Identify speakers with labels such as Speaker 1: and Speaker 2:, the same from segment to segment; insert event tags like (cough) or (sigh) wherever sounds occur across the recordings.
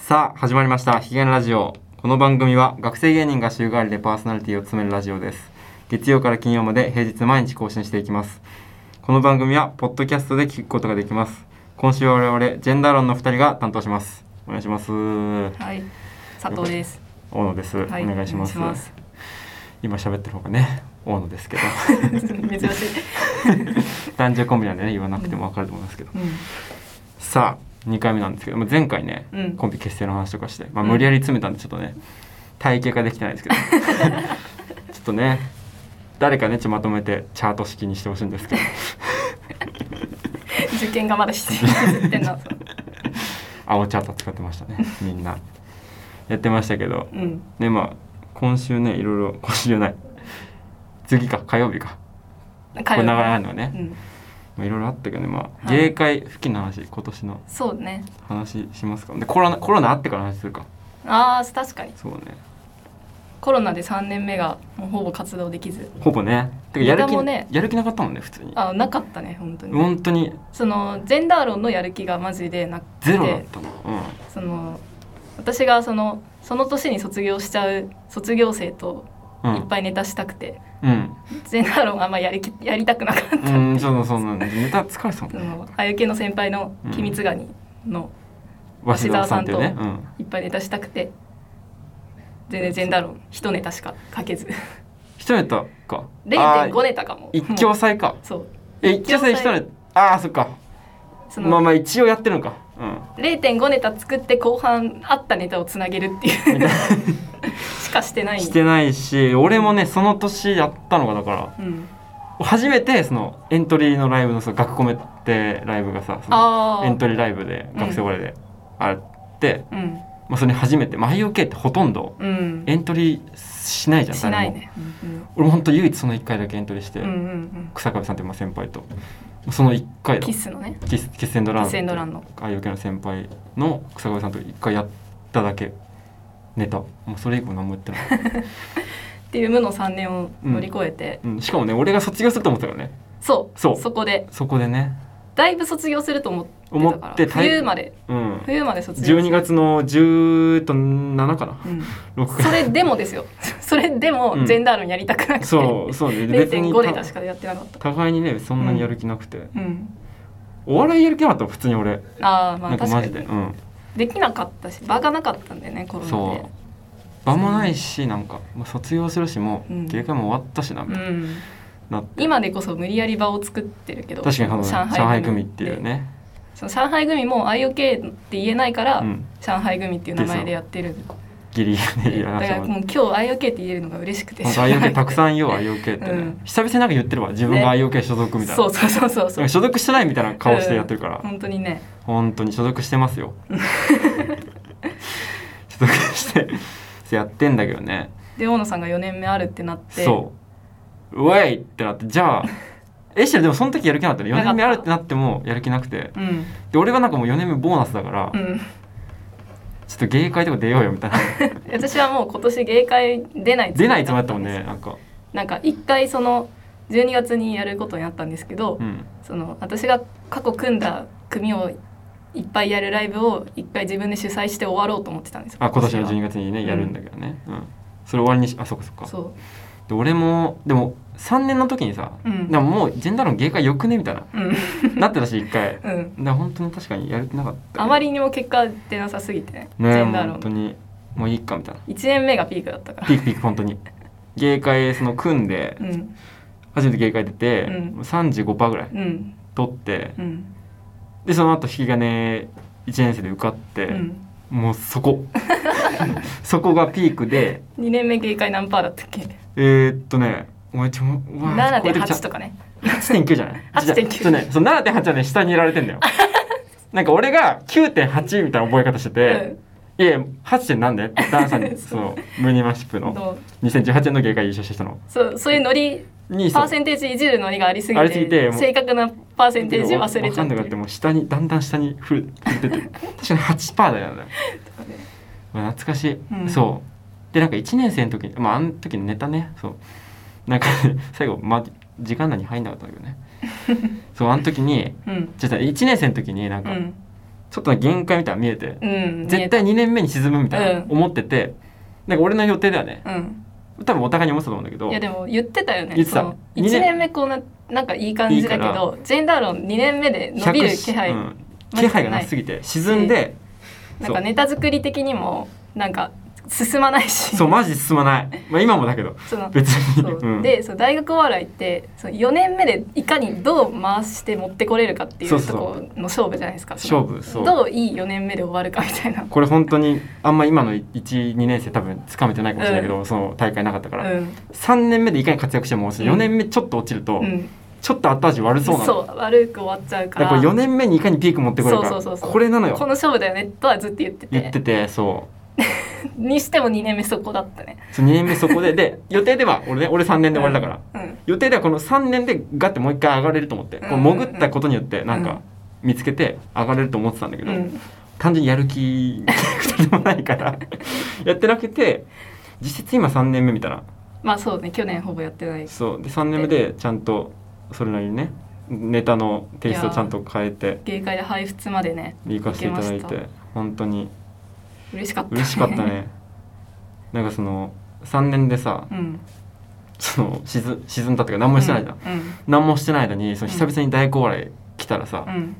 Speaker 1: さあ始まりました「ヒゲンラジオ」この番組は学生芸人が週替わりでパーソナリティを務めるラジオです月曜から金曜まで平日毎日更新していきますこの番組はポッドキャストで聞くことができます今週は我々ジェンダー論の2人が担当しますお願いします大
Speaker 2: はい、佐藤です。
Speaker 1: 野です、
Speaker 2: はい、
Speaker 1: お願いします今喋ってる方がね大野ですけど
Speaker 2: お願
Speaker 1: (laughs)
Speaker 2: いします珍しい。
Speaker 1: 男女コンビなんでね言わなくても分かると思いますけど、
Speaker 2: う
Speaker 1: さあ2回目なんですけどまあ前回ね、
Speaker 2: うん
Speaker 1: コンビ結成の話とかして、まあ、
Speaker 2: うん
Speaker 1: 無理やり詰めたんでちょっとね、体型ができてないですけどちょっとね誰かねちょっとまとめてチャート式にしてほしいんです
Speaker 2: (laughs)
Speaker 1: けど
Speaker 2: ん、受験がまだしてってん
Speaker 1: (laughs)
Speaker 2: な。
Speaker 1: 青チャート使ってましたねみんなやってましたけど
Speaker 2: うん、
Speaker 1: ねまあ今週ねいろいろ今週じゃない次か火曜日かこれ流れあるのはね
Speaker 2: うん、
Speaker 1: まあいろいろあったけどねまあ、
Speaker 2: はい
Speaker 1: 芸会付近の話今年の
Speaker 2: そうね。
Speaker 1: 話しますかでコロナコロナあってから話するか
Speaker 2: ああ、確かに。
Speaker 1: そうね
Speaker 2: コロナで三年目がもうほぼ活動できず、
Speaker 1: ほぼねてかやる
Speaker 2: ネタ
Speaker 1: 気、
Speaker 2: もね
Speaker 1: やる気なかったもんね普通に
Speaker 2: あなかったね本当に。
Speaker 1: 本当に
Speaker 2: そのジェンダー論のやる気がマジでなくて、
Speaker 1: ゼロだったの、
Speaker 2: その私がそのその年に卒業しちゃう卒業生と
Speaker 1: うん
Speaker 2: いっぱいネタしたくて、
Speaker 1: うん
Speaker 2: ジェンダー論あんまやりきやりたくなかった。
Speaker 1: うん、うん、そうそうそうなんですネタ疲れそう
Speaker 2: そ
Speaker 1: もんね
Speaker 2: のあゆ系の先輩の秘密ガニの
Speaker 1: 鷲澤さんっていうね、うん、
Speaker 2: いっぱいネタしたくて全然ジェンダー論一ネタしか書
Speaker 1: (laughs)
Speaker 2: けず
Speaker 1: 一ネタかあ
Speaker 2: 0.5
Speaker 1: ー
Speaker 2: ネタかも
Speaker 1: 一強
Speaker 2: も
Speaker 1: 祭か
Speaker 2: うそう
Speaker 1: え一強祭一ネタああそっか
Speaker 2: その、
Speaker 1: まあまあ一応やってるのかうん
Speaker 2: 0.5ネタ作って後半あったネタをつなげるっていう (laughs) しかしてない
Speaker 1: してないし俺もねその年やったのがだから
Speaker 2: うん、
Speaker 1: 初めてそのエントリーのライブのその学コメってライブがさその
Speaker 2: ああ
Speaker 1: エントリーライブで学生俺であって、
Speaker 2: うん
Speaker 1: まあ、それに初めて、まあ、IOK ってほとんど
Speaker 2: うん
Speaker 1: エントリーしないじゃん
Speaker 2: しない
Speaker 1: 誰も
Speaker 2: ねうん
Speaker 1: 俺も本当唯一その1回だけエントリーして、
Speaker 2: うんうんうん
Speaker 1: 草壁さんっていうまあ先輩とその1回
Speaker 2: うん
Speaker 1: だ
Speaker 2: キッスのね
Speaker 1: キスキスエンドラン
Speaker 2: キスエンドランの
Speaker 1: IOK の先輩の草壁さんと1回やっただけネタもうそれ以降何もやって
Speaker 2: (laughs)
Speaker 1: ない、
Speaker 2: っていう無の3年を乗り越えて、
Speaker 1: うん、しかもね俺が卒業すると思ってたからね
Speaker 2: そう
Speaker 1: そう
Speaker 2: そこで
Speaker 1: そこでね
Speaker 2: だいぶ卒業すると思って
Speaker 1: 思
Speaker 2: たか
Speaker 1: っ
Speaker 2: ら
Speaker 1: てたい
Speaker 2: 冬まで
Speaker 1: うん
Speaker 2: 冬まで卒業する
Speaker 1: 12月の10と7かな
Speaker 2: うん
Speaker 1: 6
Speaker 2: そ
Speaker 1: か
Speaker 2: れでもで
Speaker 1: (laughs)
Speaker 2: すよそれでも
Speaker 1: うん
Speaker 2: ジェンダー論やりたくなくて、
Speaker 1: そうそうね別に
Speaker 2: 0.5で確かやってなかった
Speaker 1: 互いにねそんなにやる気なくて、
Speaker 2: うん
Speaker 1: お笑いやる気なかったの普通に俺、
Speaker 2: ああ
Speaker 1: な
Speaker 2: まあ
Speaker 1: んか
Speaker 2: 確
Speaker 1: マ
Speaker 2: か
Speaker 1: ジで、
Speaker 2: に
Speaker 1: うん、
Speaker 2: できなかったし場がなかったんだよねコロナで
Speaker 1: そう場もないしなんかもう卒業するしも
Speaker 2: う
Speaker 1: うん芸会も終わったしなみたい
Speaker 2: ん、
Speaker 1: な,、なって
Speaker 2: 今でこそ無理やり場を作ってるけど
Speaker 1: 確かにあの上
Speaker 2: 上
Speaker 1: 海
Speaker 2: 海
Speaker 1: 組っていうね、
Speaker 2: その上海組も IOK って言えないから、
Speaker 1: うん、
Speaker 2: 上海組っていう名前でやってる
Speaker 1: ギリギリや
Speaker 2: だ
Speaker 1: ら
Speaker 2: か
Speaker 1: せて
Speaker 2: ら
Speaker 1: も
Speaker 2: も
Speaker 1: ら
Speaker 2: う今日 IOK って言えるのが嬉しくて
Speaker 1: って本当 IOK たく
Speaker 2: ん
Speaker 1: さん言おう IOK ってね、
Speaker 2: うん
Speaker 1: 久々になんか言ってるわ自分が
Speaker 2: ね
Speaker 1: IOK 所属みたいな,、
Speaker 2: そうそうそうそう
Speaker 1: な
Speaker 2: そ
Speaker 1: ん
Speaker 2: う
Speaker 1: か所属してないみたいな顔してやってるから、
Speaker 2: 本当にね
Speaker 1: 本当に所属してますよ
Speaker 2: (laughs)
Speaker 1: 所属してそうやってんだけどね
Speaker 2: で大野さんが4年目あるってなって
Speaker 1: そう「うわい!」ってなってじ
Speaker 2: (laughs)
Speaker 1: ゃあエシェルでもその時やる気なかったね4
Speaker 2: な
Speaker 1: 年
Speaker 2: かった
Speaker 1: 目あるってなってもやる気なくて
Speaker 2: うん
Speaker 1: で俺はなんかもう4年目ボーナスだから、
Speaker 2: う
Speaker 1: ちょ
Speaker 2: ん
Speaker 1: っと芸会とか出ようよみ
Speaker 2: (laughs)
Speaker 1: たいな
Speaker 2: 私はもう今年芸会出ない
Speaker 1: 出ないつも
Speaker 2: だ
Speaker 1: りだったもんねなんか
Speaker 2: なんか一回その12月にやることになったんですけど、
Speaker 1: うん
Speaker 2: その私が過去組んだ組をいっぱいやるライブを一回自分で主催して終わろうと思ってたんですよ
Speaker 1: あ今年の
Speaker 2: は
Speaker 1: 12月にねやるんだけどね、うんそれ終わりにしあそっかそっか
Speaker 2: そ
Speaker 1: で俺もでも3年の時にさ、
Speaker 2: うん
Speaker 1: でももうジェンダーの芸会よくねみたいな
Speaker 2: ううん (laughs)
Speaker 1: なってたし一回だか
Speaker 2: うん
Speaker 1: ら本当に確かにやる気なかった
Speaker 2: あまりにも結果出なさすぎてねジ
Speaker 1: ね
Speaker 2: ェンダ
Speaker 1: 本
Speaker 2: ー
Speaker 1: 当
Speaker 2: 論
Speaker 1: にもういいかみたいな
Speaker 2: 1年目がピークだったから
Speaker 1: ピークピーク本当に芸会その組んで
Speaker 2: うん
Speaker 1: 初めて芸会出て、
Speaker 2: うん
Speaker 1: 35%ぐらい
Speaker 2: うん
Speaker 1: 取って
Speaker 2: うん
Speaker 1: でその後引き金1年生で受かって、
Speaker 2: うん
Speaker 1: もうそ
Speaker 2: (laughs)
Speaker 1: こそこがピークで
Speaker 2: 2年目芸会何パーだったっけ
Speaker 1: えー、っとねお前ちょうわー超えてきちゃ
Speaker 2: 7.8
Speaker 1: った
Speaker 2: とかね
Speaker 1: 8.9じゃない
Speaker 2: 8.9
Speaker 1: じゃあそうねその7.8はね下にいられてんだ
Speaker 2: (laughs)
Speaker 1: よなんか俺が9.8みたいな覚え方してて「いやいや8点なんで?」ってダンさんにそ
Speaker 2: (laughs) そう
Speaker 1: のムニマシップ
Speaker 2: うん
Speaker 1: の
Speaker 2: どう
Speaker 1: 2018年の芸会優勝した人の
Speaker 2: そうそういうノリ
Speaker 1: にそう
Speaker 2: パーセンテージいじるノリがありすぎ
Speaker 1: あ
Speaker 2: て
Speaker 1: りすぎてもう
Speaker 2: 正確なパーセンテージ忘れちゃって
Speaker 1: わかんなくなってもう下にだんだん下に降る降ってて確かに8%だよねまあ懐かしい、
Speaker 2: うん
Speaker 1: そうでなんか1年生の時にまああの時のネタねそうなんか、 (laughs) ね、最後、ま、時間内
Speaker 2: (laughs)
Speaker 1: に入んなかったんだけどねそうあの時に
Speaker 2: うん
Speaker 1: ちょっと1年生の時になん
Speaker 2: う
Speaker 1: か、
Speaker 2: ん
Speaker 1: ちょっとね限界みたいなの見えて、
Speaker 2: うん
Speaker 1: 絶対2年目に沈むみたいな
Speaker 2: うん
Speaker 1: 思ってて、なんか俺の予定ではね
Speaker 2: うん
Speaker 1: 多分お互いに思ってたと思うんだけど
Speaker 2: いやでも言ってたよね
Speaker 1: 言ってた
Speaker 2: その
Speaker 1: 二
Speaker 2: 1
Speaker 1: 年
Speaker 2: 年目こうななんかいい感じだけ
Speaker 1: いいか
Speaker 2: どジェーン・ダーロン2年目で伸びる気配、
Speaker 1: 100うん気配がなすぎて沈んで、
Speaker 2: なんかネタ作り的にもなんか進まないし
Speaker 1: そうマジ進まない、まあ、今もだけ
Speaker 2: (laughs)
Speaker 1: ど
Speaker 2: その
Speaker 1: 別に
Speaker 2: そう
Speaker 1: うん
Speaker 2: でそう大学お笑いってそう4年目でいかにどう回して持ってこれるかっていう
Speaker 1: そうそう
Speaker 2: とこの勝負じゃないですか
Speaker 1: 勝
Speaker 2: 負
Speaker 1: 負そう
Speaker 2: どういい4年目で終わるかみたいな、
Speaker 1: これ本当にあんま今の12年生多分つかめてないかもしれないけど、その大会なかったから、
Speaker 2: うん
Speaker 1: 3年目でいかに活躍しても
Speaker 2: うん
Speaker 1: 4年目ちょっと落ちると、
Speaker 2: うん、
Speaker 1: ちょっと後味悪そうなの
Speaker 2: 悪く終わっちゃうか
Speaker 1: だ
Speaker 2: ら
Speaker 1: からこれ4年目にいかにピーク持ってこれるか
Speaker 2: そうそうそうそう
Speaker 1: これなの
Speaker 2: こ
Speaker 1: よ
Speaker 2: の勝負だよねとはずっと言ってて
Speaker 1: 言っててそう
Speaker 2: にしても2年目そこだったね、
Speaker 1: そう2年目そこで
Speaker 2: (laughs)
Speaker 1: で予定では俺ね俺3年で終わりだから、
Speaker 2: うん、
Speaker 1: 予定ではこの3年でガッてもう一回上がれると思って、こう
Speaker 2: うんうんうん
Speaker 1: 潜ったことによってなんか見つけて上がれると思ってたんだけ
Speaker 2: う
Speaker 1: ど、
Speaker 2: ん
Speaker 1: 単純にやる気2人もないから
Speaker 2: (laughs)
Speaker 1: やってなくて実質今3年目みたいな
Speaker 2: まあそうね去年ほぼやってない
Speaker 1: そうで3年目でちゃんとそれなりにねネタのテイストをちゃんと変えて
Speaker 2: 芸会で配布までね
Speaker 1: 行かせていただい
Speaker 2: 行けま
Speaker 1: て本当に
Speaker 2: 嬉しかった
Speaker 1: 嬉しかったねなんかその3年でさ
Speaker 2: (laughs) うん
Speaker 1: その沈沈んだっていうか何もしてないじゃん
Speaker 2: うん
Speaker 1: 何もしてない間にその
Speaker 2: うん
Speaker 1: 久々に大工笑い来たらさ、
Speaker 2: うん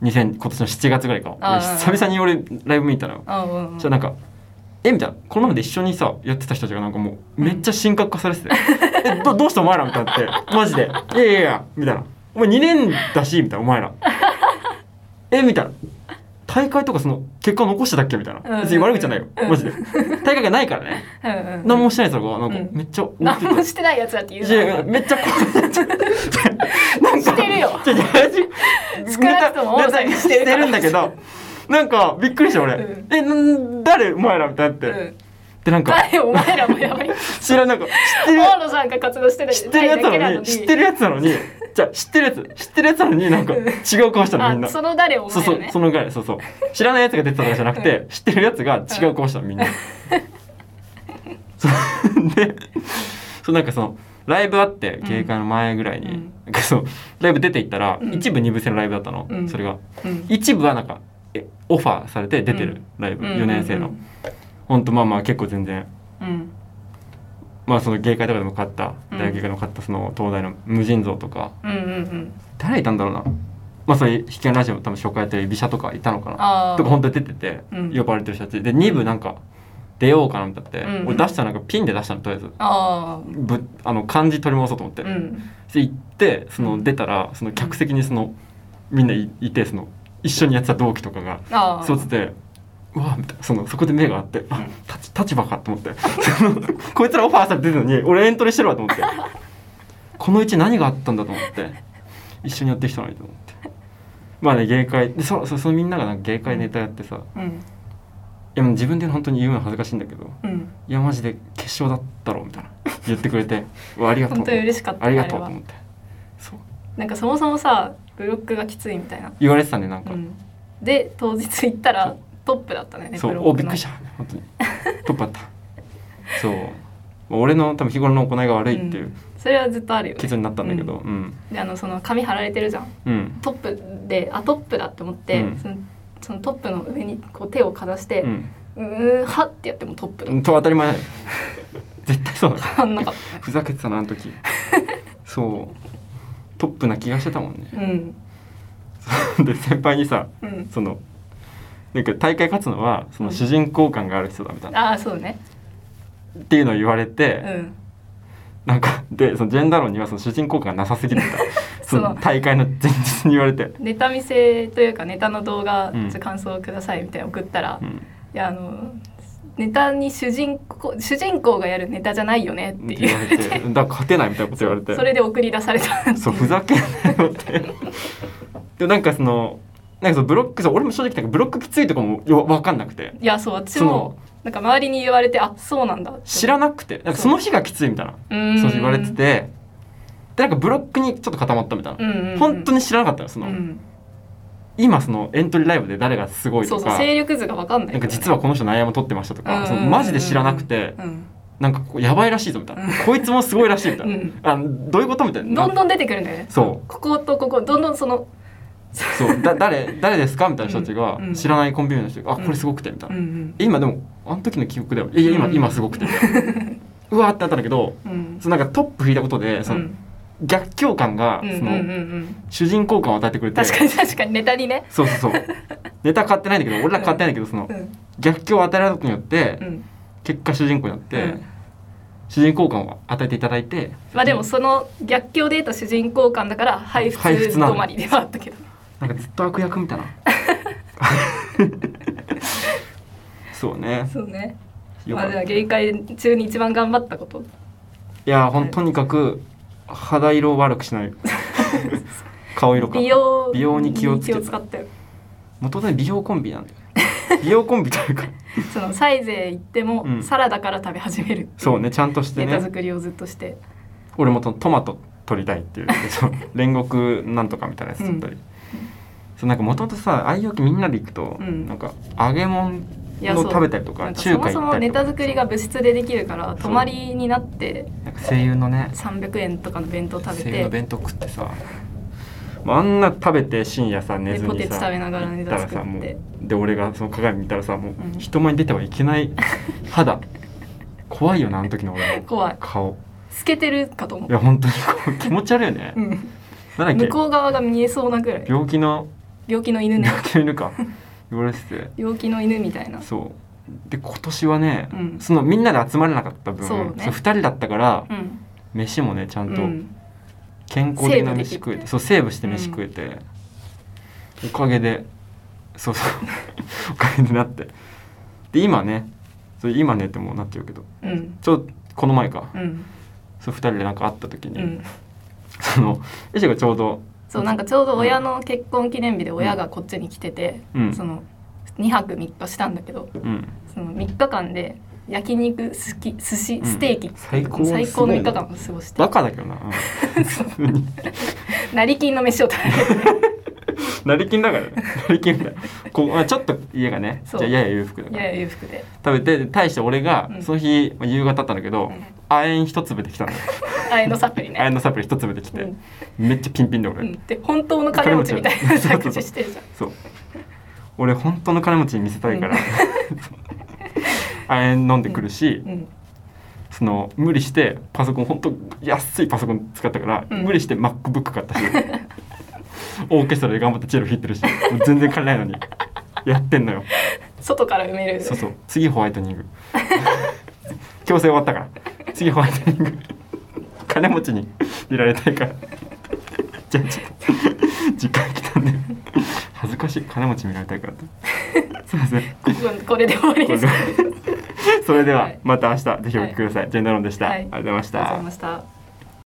Speaker 1: 2000今年の7月ぐらいか
Speaker 2: あ
Speaker 1: 俺久
Speaker 2: ー
Speaker 1: 々に俺ライブ見たの
Speaker 2: あうんうん
Speaker 1: じゃなんか「えみたいなこのままで一緒にさやってた人たちがなんかもう
Speaker 2: うん
Speaker 1: めっちゃ神格化されてて「えどどうしたお前ら」みたいにな
Speaker 2: (laughs)
Speaker 1: ってマジで「いやいやいや」みたいな「お前2年だし」みたいな「お前
Speaker 2: (laughs)
Speaker 1: ら」えみたいな大会とかその結果残してたっけみたいな
Speaker 2: うん
Speaker 1: 別に悪口じゃないよ
Speaker 2: うん
Speaker 1: マ
Speaker 2: (laughs)
Speaker 1: ジで大会がないからね
Speaker 2: うんうん
Speaker 1: 何もしてない人がなんか
Speaker 2: うん
Speaker 1: めっちゃ思って
Speaker 2: 何
Speaker 1: て
Speaker 2: もして (laughs) ないやつだって言う
Speaker 1: いやいや
Speaker 2: な
Speaker 1: めっちゃこ
Speaker 2: (laughs)
Speaker 1: うなんか
Speaker 2: してるよ
Speaker 1: ちょちょ
Speaker 2: 少なくとも
Speaker 1: ネ
Speaker 2: 王さ
Speaker 1: タ
Speaker 2: ん
Speaker 1: ネ
Speaker 2: が
Speaker 1: タ
Speaker 2: し
Speaker 1: してて
Speaker 2: るから
Speaker 1: るんだけどなんかびっくりした俺、
Speaker 2: うん
Speaker 1: えなん誰お前らみたいになって、
Speaker 2: うん
Speaker 1: でなんか
Speaker 2: 誰お前らもやばい
Speaker 1: 知らんなんか知ってる
Speaker 2: 大野さんが活動してる
Speaker 1: 知ってるやつなのに知ってるやつなのにじゃあ知ってるやつ知ってるやつなのになんか
Speaker 2: うん
Speaker 1: 違う顔したのみんな
Speaker 2: あその誰お
Speaker 1: そう
Speaker 2: 前
Speaker 1: そ
Speaker 2: ら
Speaker 1: う
Speaker 2: ね
Speaker 1: そのぐらいそうそう知らないやつが出てたとかじゃなくて、知ってるやつが違う顔したのみんな、そうでそうなんかそのライブあって警戒の前ぐらいに、
Speaker 2: うん
Speaker 1: なんかそうライブ出て行ったら、
Speaker 2: うん
Speaker 1: 一部二部制のライブだったの、
Speaker 2: うん
Speaker 1: それが
Speaker 2: うん
Speaker 1: 一部はなんかえオファーされて出てる、
Speaker 2: うん
Speaker 1: ライブ
Speaker 2: うん
Speaker 1: 4年生の、ほんとまあまあ結構全然
Speaker 2: うん
Speaker 1: まあその芸会とかでも勝った大学芸会でも勝ったその東大の無尽蔵とか
Speaker 2: うんうんうん
Speaker 1: 誰いたんだろうなまあそれ秘見ラジオも多分紹介やってる美写とかいたのかな
Speaker 2: ああ
Speaker 1: とか本当に出てて
Speaker 2: うん
Speaker 1: 呼ばれてる人たちで2部なんか出ようかなみたいになって、
Speaker 2: うん
Speaker 1: 俺出したらなんかピンで出したのとりあえず
Speaker 2: あ
Speaker 1: ぶあの漢字取り戻そうと思って、
Speaker 2: あうん
Speaker 1: で行ってその出たらその客席にそのみんないいてその一緒にやってた同期とかが
Speaker 2: ああ
Speaker 1: そうつってうわみたいなそのそこで目があってあ立立場かと思って (laughs) そのこいつらオファーされてるのに俺エントリーしてるわと思ってこのうち何があったんだと思って一緒にやってきたのにと思ってまあね芸会でそそそのみんながなんか芸会ネタやってさ
Speaker 2: うん
Speaker 1: いやもう自分で本当に言うのは恥ずかしいんだけど
Speaker 2: うん
Speaker 1: いやマジで決勝だったろみたいな言ってくれ
Speaker 2: (laughs)
Speaker 1: てうわありがとう
Speaker 2: 本当に嬉しかった
Speaker 1: ありがとう
Speaker 2: あれ
Speaker 1: と
Speaker 2: は
Speaker 1: 思ってそう
Speaker 2: なんかそもそもさブロックがきついみたいな
Speaker 1: 言われてたねなん
Speaker 2: う
Speaker 1: か、
Speaker 2: んで当日行ったらトップだったね
Speaker 1: そ
Speaker 2: ブ
Speaker 1: う
Speaker 2: ロックの
Speaker 1: おびっくりした本当にトップあ
Speaker 2: (laughs)
Speaker 1: ったそう俺の多分日頃の行いが悪いっていう
Speaker 2: それはずっとあるよね
Speaker 1: 結論になったんだけどうん
Speaker 2: であのその紙貼られてるじゃん
Speaker 1: うん
Speaker 2: トップであトップだって思って、
Speaker 1: うん
Speaker 2: そのそのトップの上にこう手をかざして、
Speaker 1: う、
Speaker 2: うんーんはってやってもトップだ
Speaker 1: うん、と当たり前 (laughs) だよ絶対そうだ
Speaker 2: 変わんなかったね
Speaker 1: ふざけてたなあの時そうトップな気がしてたもんね (laughs)
Speaker 2: うん
Speaker 1: で先輩にさ
Speaker 2: うん
Speaker 1: そのなんか大会勝つのはその主人公感がある人だみたいな、
Speaker 2: ああそうね
Speaker 1: っていうのを言われ
Speaker 2: う
Speaker 1: て、
Speaker 2: ん
Speaker 1: なんかでそのジェンダー論にはその主人公感がなさすぎるんだそ
Speaker 2: (laughs) そう
Speaker 1: の大会の前日に言われて、
Speaker 2: ネタ見せというかネタの動画、
Speaker 1: うん
Speaker 2: ちょっと感想をくださいみたいな送ったら、
Speaker 1: う
Speaker 2: い
Speaker 1: ん、
Speaker 2: やあのネタに主人公主人公がやるネタじゃないよねって
Speaker 1: って
Speaker 2: 言
Speaker 1: 言
Speaker 2: わ
Speaker 1: わ
Speaker 2: れ (laughs)
Speaker 1: れ
Speaker 2: て
Speaker 1: てだから勝てないみたいなこと言われて
Speaker 2: それで送り出された
Speaker 1: そうふざけんなよってでもなんかそのなんかそのブロックそう俺も正直なんかブロックきついとかもよ分かんなくて
Speaker 2: いやそう私
Speaker 1: そ
Speaker 2: も
Speaker 1: の
Speaker 2: なんか周りに言われてあそうなんだ
Speaker 1: 知らなくてなんかその日がきついみたいな
Speaker 2: うん
Speaker 1: そう言われててでなんかブロックにちょっと固まったみたいな、
Speaker 2: うんうんうん
Speaker 1: 本当に知らなかったのそうの、
Speaker 2: ん、
Speaker 1: 今そのエントリーライブで誰がすごいと
Speaker 2: そうそう
Speaker 1: か
Speaker 2: 勢力図が分かんない
Speaker 1: なんか実はこの人内野も取ってましたとか、
Speaker 2: うん
Speaker 1: そのマジで知らなくて、
Speaker 2: うん
Speaker 1: なんかこうやばいらしいぞみたいな、こいつもすごいらしいみたいな、
Speaker 2: うん
Speaker 1: あどういうことみたいな
Speaker 2: どんどん出てくるんだよね
Speaker 1: そう
Speaker 2: こことここどんどんその
Speaker 1: そうだ誰誰ですかみたいな人たちが
Speaker 3: うんうん
Speaker 1: 知らないコンビニの人が「あ
Speaker 3: うん
Speaker 1: これすごくて」みたいな
Speaker 3: う
Speaker 1: 「
Speaker 3: ん
Speaker 1: え今でもあの時の記憶だよいやいや今
Speaker 3: うん
Speaker 1: 今すごくて」みたいな
Speaker 3: (laughs)
Speaker 1: うわーってなったんだけど
Speaker 3: うんうん
Speaker 1: そのなんかトップ引いたことでその逆境感が
Speaker 3: うん
Speaker 1: そ
Speaker 3: うんうんう
Speaker 1: の
Speaker 3: ん
Speaker 1: 主人公感を与えてくれて
Speaker 2: 確かに確かにネタにね
Speaker 1: そ
Speaker 3: (laughs)
Speaker 1: うそうそうネタ買ってないんだけど俺ら買ってないんだけどその
Speaker 3: うん
Speaker 1: 逆境を与えられることによって
Speaker 3: うん
Speaker 1: 結果主人公になって、
Speaker 3: うん
Speaker 1: 主人公感を与えていただいて
Speaker 2: まあでもその逆境で得た主人公感だから配布
Speaker 1: 配布
Speaker 2: 止
Speaker 1: なの
Speaker 2: まりではあったけど
Speaker 1: なんかずっと悪役みた
Speaker 3: (laughs)
Speaker 1: いなそうね
Speaker 2: そうね
Speaker 1: よ
Speaker 2: ま
Speaker 1: か
Speaker 2: あ
Speaker 1: った
Speaker 2: ではい限界中に一番頑張ったこと
Speaker 1: やほんとにかく肌色を悪くし
Speaker 2: (laughs)
Speaker 1: ない顔色か
Speaker 2: 美容
Speaker 1: 美容に気をつけた
Speaker 2: 気使ったよ
Speaker 1: 元々美容コンビなんだよね (laughs) 美容コンビというか
Speaker 2: そのサイゼ行っても
Speaker 1: うん
Speaker 2: サラダから食べ始めるってい
Speaker 1: そうねちゃんとして
Speaker 2: ネタ
Speaker 1: ね
Speaker 2: 作りをずっとして
Speaker 1: 俺もとトマト取りたいっていう
Speaker 2: (laughs)
Speaker 1: そう煉獄なんとかみたいなやつ取ったり、そうなんかもともとさああいう時みんなで行くと、
Speaker 3: うん
Speaker 1: なんか揚げ物
Speaker 2: いやそ
Speaker 1: を
Speaker 2: う
Speaker 1: 食べたりと
Speaker 2: な
Speaker 1: か
Speaker 2: んか
Speaker 1: 中
Speaker 2: そ
Speaker 1: 華
Speaker 2: もそ
Speaker 1: 行っ
Speaker 2: も
Speaker 1: たり
Speaker 2: ネ
Speaker 1: とか
Speaker 2: タ作りが部室でできるから
Speaker 1: そう
Speaker 2: 泊まりになって
Speaker 1: なんか声優のね
Speaker 2: 300円とかの弁当食べ
Speaker 1: 声優の
Speaker 2: て
Speaker 1: 弁当食ってさまああんな食べて深夜さ寝ずにさ
Speaker 2: ポテチ食べながらネ
Speaker 1: 行った
Speaker 2: タ
Speaker 1: らさ
Speaker 2: 作
Speaker 1: も
Speaker 2: って
Speaker 1: うで俺がその鏡見たらさもう
Speaker 3: うん
Speaker 1: 人前に出てはいけ
Speaker 2: (laughs)
Speaker 1: ない肌怖いよなあの時の俺の
Speaker 2: 怖い
Speaker 1: 顔
Speaker 2: 透けてるかと思
Speaker 1: いうや本当にこう気持ち悪いよね、
Speaker 3: うん
Speaker 1: なんだ
Speaker 2: 向
Speaker 1: っけ
Speaker 2: こう側が見えそうなぐらい
Speaker 1: 病気の
Speaker 2: 病気の犬ね
Speaker 1: 病気の犬
Speaker 2: (laughs)
Speaker 1: か言われてて
Speaker 2: 病気の犬みたいな
Speaker 1: そうで今年はね、
Speaker 3: うん
Speaker 1: そのみんなで集まれなかった分
Speaker 2: そうね
Speaker 1: 2人だったから
Speaker 2: うん
Speaker 1: 飯もねちゃんと、
Speaker 3: うん
Speaker 1: 健康的な飯食えて
Speaker 2: セーブできる
Speaker 1: そうセーブして飯食えて、おかげでそうそう (laughs) おかげでなってで今ねそう今ねってもうなっちゃうけど
Speaker 3: うん
Speaker 1: ちょこの前か、
Speaker 3: うん
Speaker 1: そう2人でなんか会った時
Speaker 3: う
Speaker 1: に、
Speaker 3: ん
Speaker 1: そのエシがちょうど
Speaker 2: そうなんかちょうど親の結婚記念日で親がこっちに来てて、
Speaker 1: うん
Speaker 2: その2泊3日したんだけど
Speaker 1: うん
Speaker 2: その3日間で焼肉すき寿司
Speaker 1: ん
Speaker 2: ステーキ、
Speaker 1: 最高
Speaker 2: 最高の
Speaker 1: すごいな
Speaker 2: 3日間を過ごして
Speaker 1: バカだけどな、うん普通に
Speaker 2: 成金の飯を食べて
Speaker 1: 成金だ
Speaker 2: (laughs)
Speaker 1: からね成金みたいなこう、まあ、ちょっと家がねじ
Speaker 2: そう
Speaker 1: ゃあやや裕福だから
Speaker 2: やや裕福で
Speaker 1: 食べてで対して俺が、
Speaker 2: うん
Speaker 1: その日、まあ、夕方だったんだけど
Speaker 2: ん
Speaker 1: 亜鉛一粒できたのよ
Speaker 2: あえのサプリ
Speaker 1: 亜鉛
Speaker 2: ね、
Speaker 1: のサプリ一粒できて、
Speaker 2: うん
Speaker 1: めっちゃピンピンで俺。
Speaker 2: うん、で本当の金持ちみたいな作詞してるじゃん
Speaker 1: そう俺本当の金持ちに見せたいから、あれ飲んでくるし、
Speaker 3: うん
Speaker 1: その無理してパソコン本当安いパソコン使ったから、
Speaker 3: うん
Speaker 1: 無理して MacBook
Speaker 3: (laughs)
Speaker 1: 買ったしオーケストラで頑張ってチェロ弾いてるしもう全然金ないのにやってんのよ
Speaker 2: 外から埋める
Speaker 1: そうそう次ホワイトニング強制終わったから次ホワイトニング金持ちに見られたいからじゃあちょっと時間来たんで恥ずかしい金持ち見られたいからってすいません
Speaker 2: こここれで終わりですありがとう
Speaker 1: それでは
Speaker 2: はい
Speaker 1: また明日ぜひお聞きください、ジェンダロンでした、
Speaker 2: はい
Speaker 1: ありがとうございました、
Speaker 2: ございました